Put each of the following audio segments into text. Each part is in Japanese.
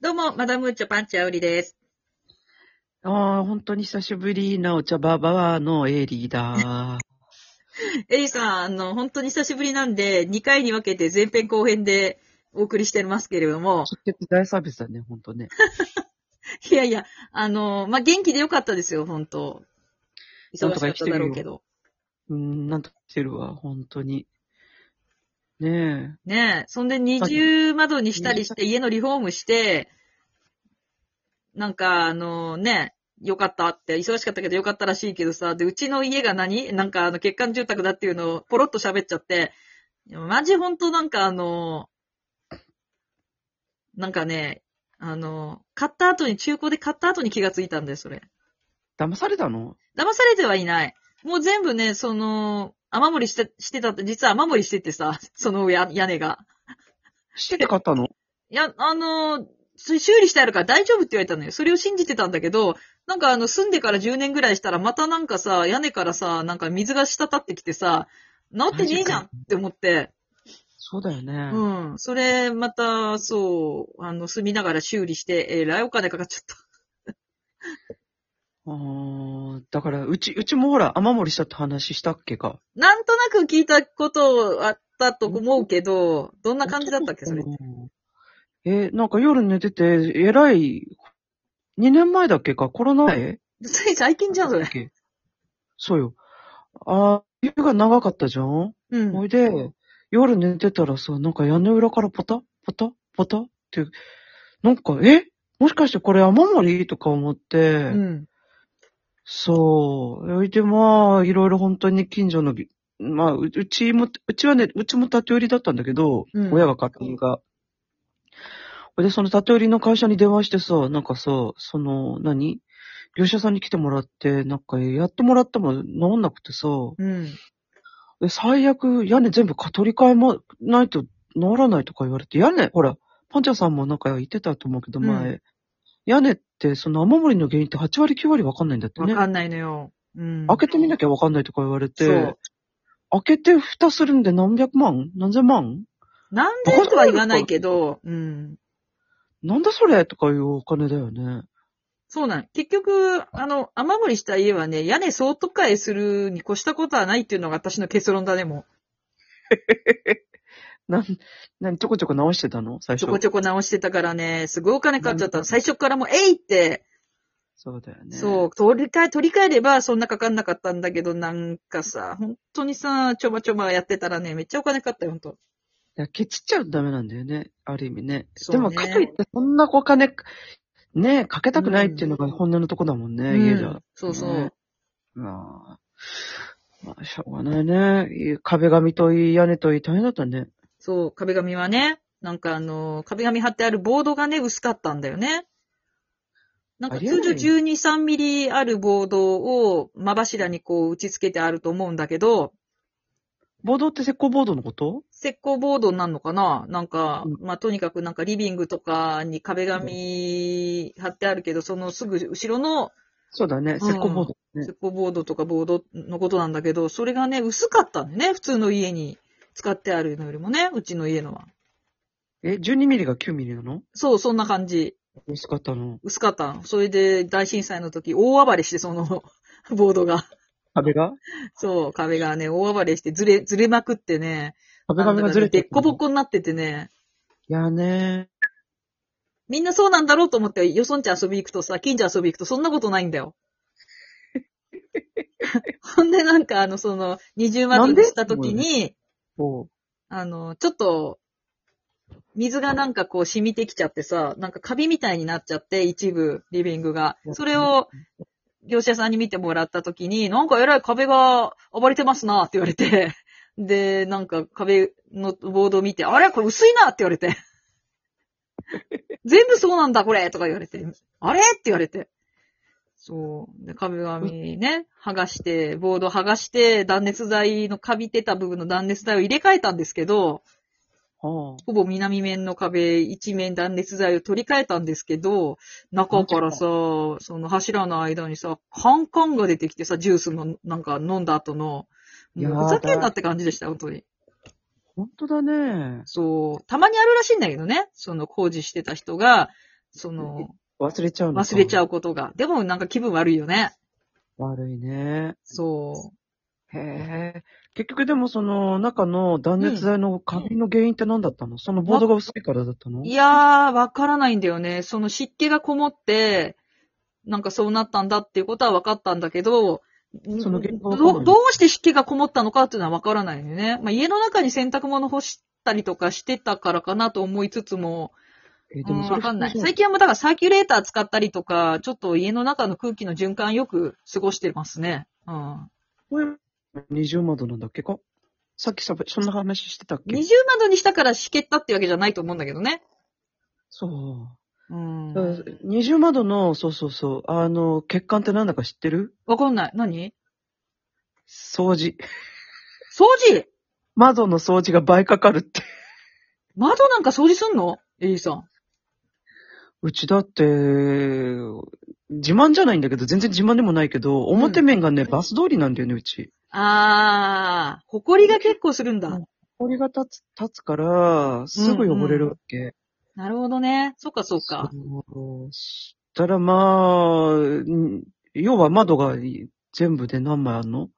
どうも、マダムーチョパンチャウリです。ああ、本当に久しぶりなお茶ババアのエリー だ。エリさん、あの、本当に久しぶりなんで、2回に分けて前編後編でお送りしてますけれども、出血大サービスだね、本当ね。いやいや、あの、まあ、元気でよかったですよ、本当忙しかっただろうけど。うーん、なんとかしてるわ、本当に。ねねえ、そんで二重窓にしたりして、家のリフォームして、なんか、あの、ね、よかったって、忙しかったけどよかったらしいけどさ、で、うちの家が何なんか、あの、欠陥住宅だっていうのをポロッと喋っちゃって、いやマジ本当なんかあの、なんかね、あの、買った後に、中古で買った後に気がついたんだよ、それ。え。騙されたの騙されてはいない。もう全部ね、その、雨漏りして、してたって、実は雨漏りしててさ、その屋屋根が。してて買ったのいや、あのー、そ修理してあるから大丈夫って言われたのよ。それを信じてたんだけど、なんかあの、住んでから10年ぐらいしたら、またなんかさ、屋根からさ、なんか水が滴ってきてさ、治ってねえじゃんって思って、そうだよね。うん。それ、また、そう、あの、住みながら修理して、えらいお金かかっちゃった。ああ、だから、うち、うちもほら、雨漏りしたって話したっけか。なんとなく聞いたことあったと思うけど、どんな感じだったっけ、それ。うんえなんか夜寝てて、えらい、2年前だっけか、コロナ前つい最近じゃん、それ。そうよ。ああ、夕が長かったじゃんうん。ほいで、夜寝てたらさ、なんか屋根裏からポタポタポタって、なんか、えもしかしてこれ雨漏りとか思って、うん。そう。ほいで、まあ、いろいろ本当に近所の、まあ、ううちも、うちはね、うちも縦売りだったんだけど、うん親が買ってが。ほいで、その縦売りの会社に電話してさ、なんかさ、その、何業者さんに来てもらって、なんか、やってもらっても治んなくてさ、うん。で、最悪、屋根全部か取り替えま、ないと治らないとか言われて、屋根、ほら、パンチャーさんもなんか言ってたと思うけど、前。う屋根って、その雨漏りの原因って8割9割わかんないんだってわね。かんないのよ。うん。開けてみなきゃわかんないとか言われそうて、開けて蓋するんで何百万何千万なんでとは言わないけど、うん。なんだそれとかいうお金だよね。そうなん。結局、あの、雨漏りした家はね、屋根総とかえするに越したことはないっていうのが私の結論だね、もなん、なん、ちょこちょこ直してたの最う。ち初ょ。こちょこ直してたからね、すごいお金かかっちゃったうの。ん最初からもう、えいって、そうだよね。そう、取り替え、取り替えればそんなかかんなかったんだけど、なんかさ、本当にさ、ちょばちょばやってたらね、めっちゃお金かかったよ、本当だからケチっちゃうとダメなんだよね。ある意味ね。そうでねも、かといってそんなお金、ねかけたくないっていうのが本音のとこだもんね、家じうゃん。そうそう。ねまあ、まあ、しょうがないね。壁紙といい、屋根といい、大変だったね。そう、壁紙はね、なんかあの、壁紙貼ってあるボードがね、薄かったんだよね。なんかあり通えない常12、3ミリあるボードを間柱にこう打ち付けてあると思うんだけど、ボードって石膏ボードのこと石膏ボードになるのかななんか、うまあ、とにかくなんかリビングとかに壁紙貼ってあるけど、そのすぐ後ろのそうだね、石膏ボードね。石膏ボードとかボードのことなんだけど、それがね、薄かったんだよね。普通の家に使ってあるのよりもね、うちの家のは。え、12ミリが9ミリなのそう、そんな感じ。薄かったの。薄かったの。それで大震災の時、大暴れして、その、 ボードが。壁がそう、壁がね、大暴れして、ずれ、ずれまくってね。壁紙がずれてでっこぼこになっててね。いやね。みんなそうなんだろうと思って、よそんち遊び行くとさ、近所遊び行くと、そんなことないんだ よ。ほんで、なんか、あの、その、二重窓にした時なんに、こあの、ちょっと、水がなんかこう染みてきちゃってさ、なんかカビみたいになっちゃって、一部、リビングが。う。それを、業者さんに見てもらった時に、なんかえらい壁が暴れてますなって言われて、 で、なんか壁のボードを見て、あれこれ薄いなって言われて。全部そうなんだこれとか言われて、あれって言われて。そう。で、壁紙ね、剥がして、ボード剥がして、断熱材のカビてた部分の断熱材を入れ替えたんですけど、はあほぼ南面の壁一面断熱材を取り替えたんですけど、中からさ、その柱の間にさ、カンカンが出てきてさ、ジュースのなんか飲んだ後の、やもうだふざけんなって感じでした、本当に。本当だね。そう、たまにあるらしいんだけどね、その工事してた人が、その、忘れちゃうのか。忘れちゃう。うことが。でもなんか気分悪いよね。悪いね。そへえ。結局でもその中の断熱材のカビの原因って何だったの、そのボードが薄いからだったのう。いやー、わからないんだよね。その湿気がこもって、なんかそうなったんだっていうことは分かったんだけど、その原因がわからないどどうして湿気がこもったのかっていうのは分からないよね。まあ、家の中に洗濯物干したりとかしてたからかなと思いつつも、えーでもそれわかんない。そう最近はもうだからサーキュレーター使ったりとか、ちょっと家の中の空気の循環よく過ごしてますね。うん。これ二重窓なんだっけかさっきさ、そんな話してたっけ二重窓にしたから湿気ったってわけじゃないと思うんだけどね。そうう。ん。だから二重窓の、そうそうそう、あの、欠陥ってなんだか知ってるわかんない。何掃除。掃除窓の掃除が倍かかるって。窓なんか掃除すんのエリーさん。うちだって、自慢じゃないんだけど、全然自慢でもないけど、表面がね、バス通りなんだよね、うち。あー、埃が結構するんだ。氷が立つ、立つから、すぐ汚れるわけ。なるほどね。そっかそっか。そうしたらまあ、ん要は窓が全部で何枚あんの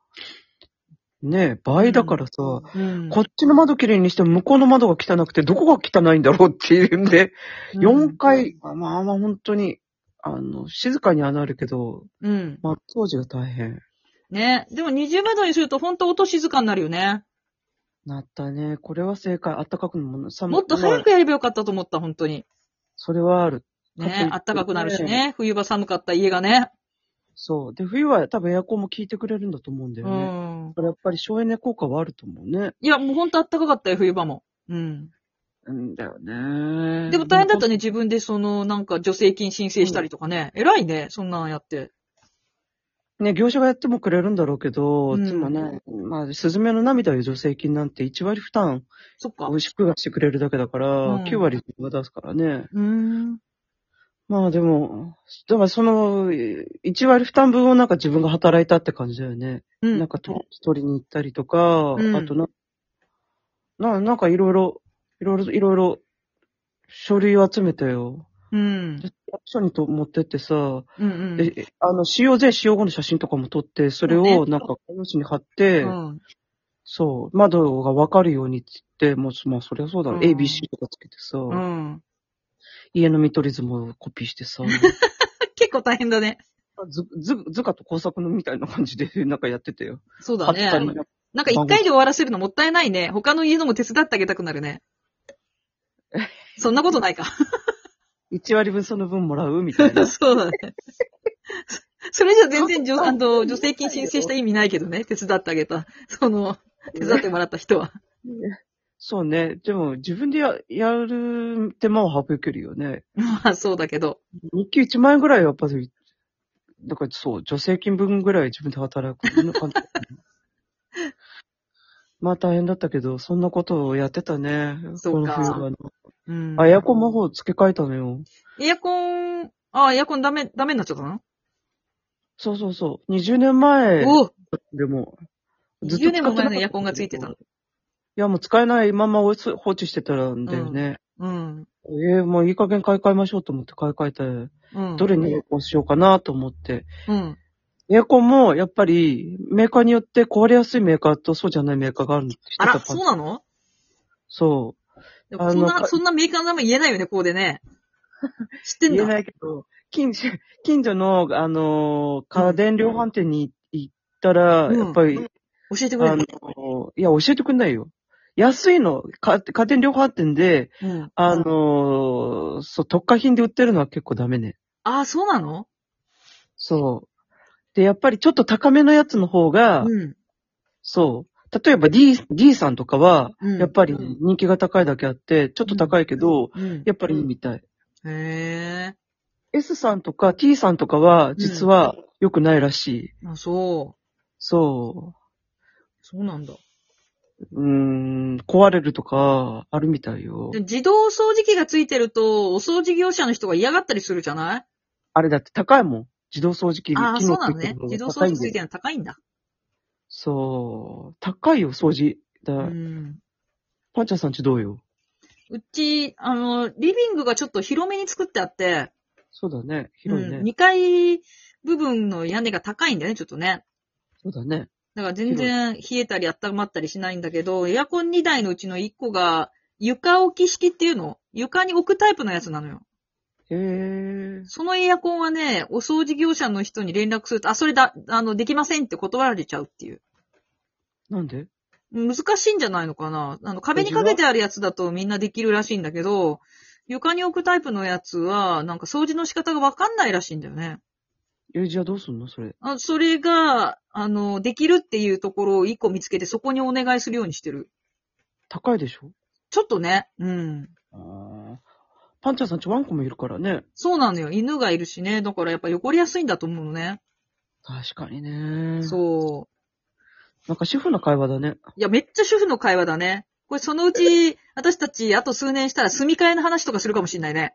ねえ、倍だからさ、うん。こっちの窓きれいにしても向こうの窓が汚くて、どこが汚いんだろうっていうんで、4回、まあまあ本当に、あの、静かにはなるけど、うん。うん。まあ当時が大変。ね。でも二重窓にするとほんと音静かになるよね。なったね。これは正解。暖かくもな寒もっとまあ早くやればよかったと思った、本当に。それはある。かといっねてあったかくなるしね。冬場寒かった家がね。そう。で、冬は多分エアコンも効いてくれるんだと思うんだようね。ん。これやっぱり省エネ効果はあると思うね。いや、もうほんとあったかかったよ、冬場も。うん。うんだよねでも大変だったね、ね。自分でその、なんか助成金申請したりとかね。偉いね、そんなんやって。ね、業者がやってもくれるんだろうけど、うんでもね、まあ、スズメの涙よ助成金なんて1割負担、そっか。美う味しくがしてくれるだけだから、うん9割自分が出すからね。ーん。まあでも、だからその、1割負担分をなんか自分が働いたって感じだよね。うん。なんかと、取りに行ったりとか、うんあとな、な、なんかいろいろ、いろいろ、いろいろ、書類を集めたよ。うん。で書にと持ってってさ、うんうん。で、あの、使用前、使用後の写真とかも撮って、それそをうねなんか、用紙に貼って、うん。そう、窓がわかるようにって言って、もう、まあ、そりゃそうだろ、うん ABC とかつけてさ、うん。家の見取り図もコピーしてさ、結構大変だね。 ず、ず、ずかと工作のみたいな感じで、なんかやってたよ。そうだ貼ったりね。なんか一回で終わらせるのもったいないね。他の家のも手伝ってあげたくなる ね。そんなことないか。 1割分その分もらうみたい な。そうだね。それじゃ全然助、あの、助成金申請した意味ないけどね、手伝ってあげた。その、手伝ってもらった 人は。そうね。でも、自分でや、やる手間を省けるよね。まあ、そうだけど。日給1万円ぐらいはやっぱり、だからそう、助成金分ぐらい自分で働く。そん な感じまあ大変だったけど、そんなことをやってたね。そうかこの冬はね。うん。あ、エアコン魔法付け替えたのよ。エアコン、あ、エアコンダメ、ダメになっちゃったのそうそうそう。20年前おでも。ずっ10と使っ年てなかもった前のエアコンがついてたい。や、もう使えないまま置い放置してたんだよね。うん。ええもういい加減買い替えましょうと思って買い替えて。うん。どれにエアコンしようかなと思って。うん。エアコンも、やっぱり、メーカーによって壊れやすいメーカーとそうじゃないメーカーがあるのって知ってあ、たからそうなのそでもそんあのな、かそんなメーカーの名前言えないよね、こうで ね。知ってう。ん言えだ。ないけど、近所、近所の、あのー、家電量販店に行ったら、うんやっぱり、教えてくれあるのー、いや、教えてくんないよ。安いの、か家電量販店で、うん。あのー、そう、特価品で売ってるのは結構ダメね。あ、そうなのそう。で、やっぱりちょっと高めのやつの方が、うん。そう。例えば D、D さんとかは、うんやっぱり人気が高いだけあって、ちょっと高いけど、うん。やっぱりいいみたい。へ S さんとか T さんとかは、実は良くないらしい。え。あ、そう。そそうなんだ。う。うーん、壊れるとか、あるみたいよで。自動掃除機がついてると、お掃除業者の人が嫌がったりするじゃないあれだって高いもん。自動掃除機にああ、機そ能うなついのてねる。自動のが高掃除いん機ついで。てるの高いんだ。そう。高いよ、掃除。だうん。パンチャーさんちどうよ。うち、あの、リビングがちょっと広めに作ってあって、そうだね。広いね。うん、2階部分の屋根が高いんだよね、ちょっとね。そうだね。だから全然冷えたり温まったりしないんだけど、エアコン2台のうちの1個が床置き式っていうの床に置くタイプのやつなのよ。へえ。そのエアコンはね、お掃除業者の人に連絡すると、あ、それだ、あの、できませんって断られちゃうっていう。なんで難しいんじゃないのかなあの、壁にかけてあるやつだとみんなできるらしいんだけど、床に置くタイプのやつは、なんか掃除の仕方がわかんないらしいんだよね。え、じゃあどうすんのそれ。あそれが、あの、できるっていうところを1個見つけて、そこにお願いするようにしてる。高いでしょちょっとね、うん。ああ。パンチャーさんちワンコもいるからね。そうなのよ。犬がいるしね。だからやっぱ汚れやすいんだと思うのね。確かにね。う。そう。なんか主婦の会話だね。いや、めっちゃ主婦の会話だね。これそのうち、私たち、あと数年したら住み替えの話とかするかもしんないね。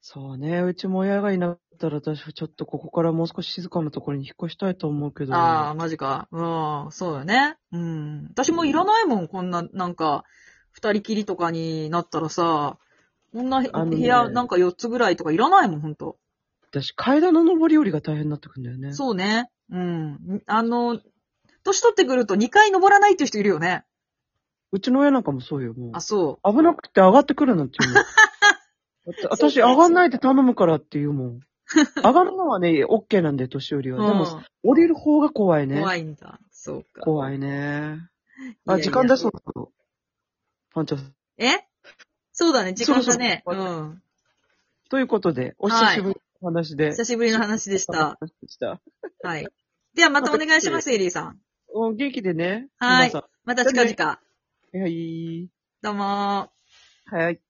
そうね。うちも親がいなかったら私はちょっとここからもう少し静かなところに引っ越したいと思うけど。ああ、マジか。うん、そうだね。うん。私もいらないもん、こんな、なんか、二人きりとかになったらさ、こんな部あのね屋、なんか四つぐらいとかいらないもん、ほんと。私、階段の上り下りが大変になってくんだよね。そうね。うん。あの、年取ってくると2回登らないっていう人いるよね。うちの親なんかもそうよ、もうあ、。そう。危なくて上がってくるなんて 言うもんだって私、上がんないで頼むからって言う もん。上がるのはね、OK なんで、年寄りは。でも、う降りる方が怖いん、ね。怖いんだ。そうか。怖いね。いやあ、いや時間出そうだけど。パンチョさん。えそうだね、時間だね。そろそろうん。ということで、お久しぶりのお話で。久しぶりの話でした。でした。はい。ではまたお願いします、エリーさん。お元気でね。はい皆さまた近々。ん。はい。どうもー。はい。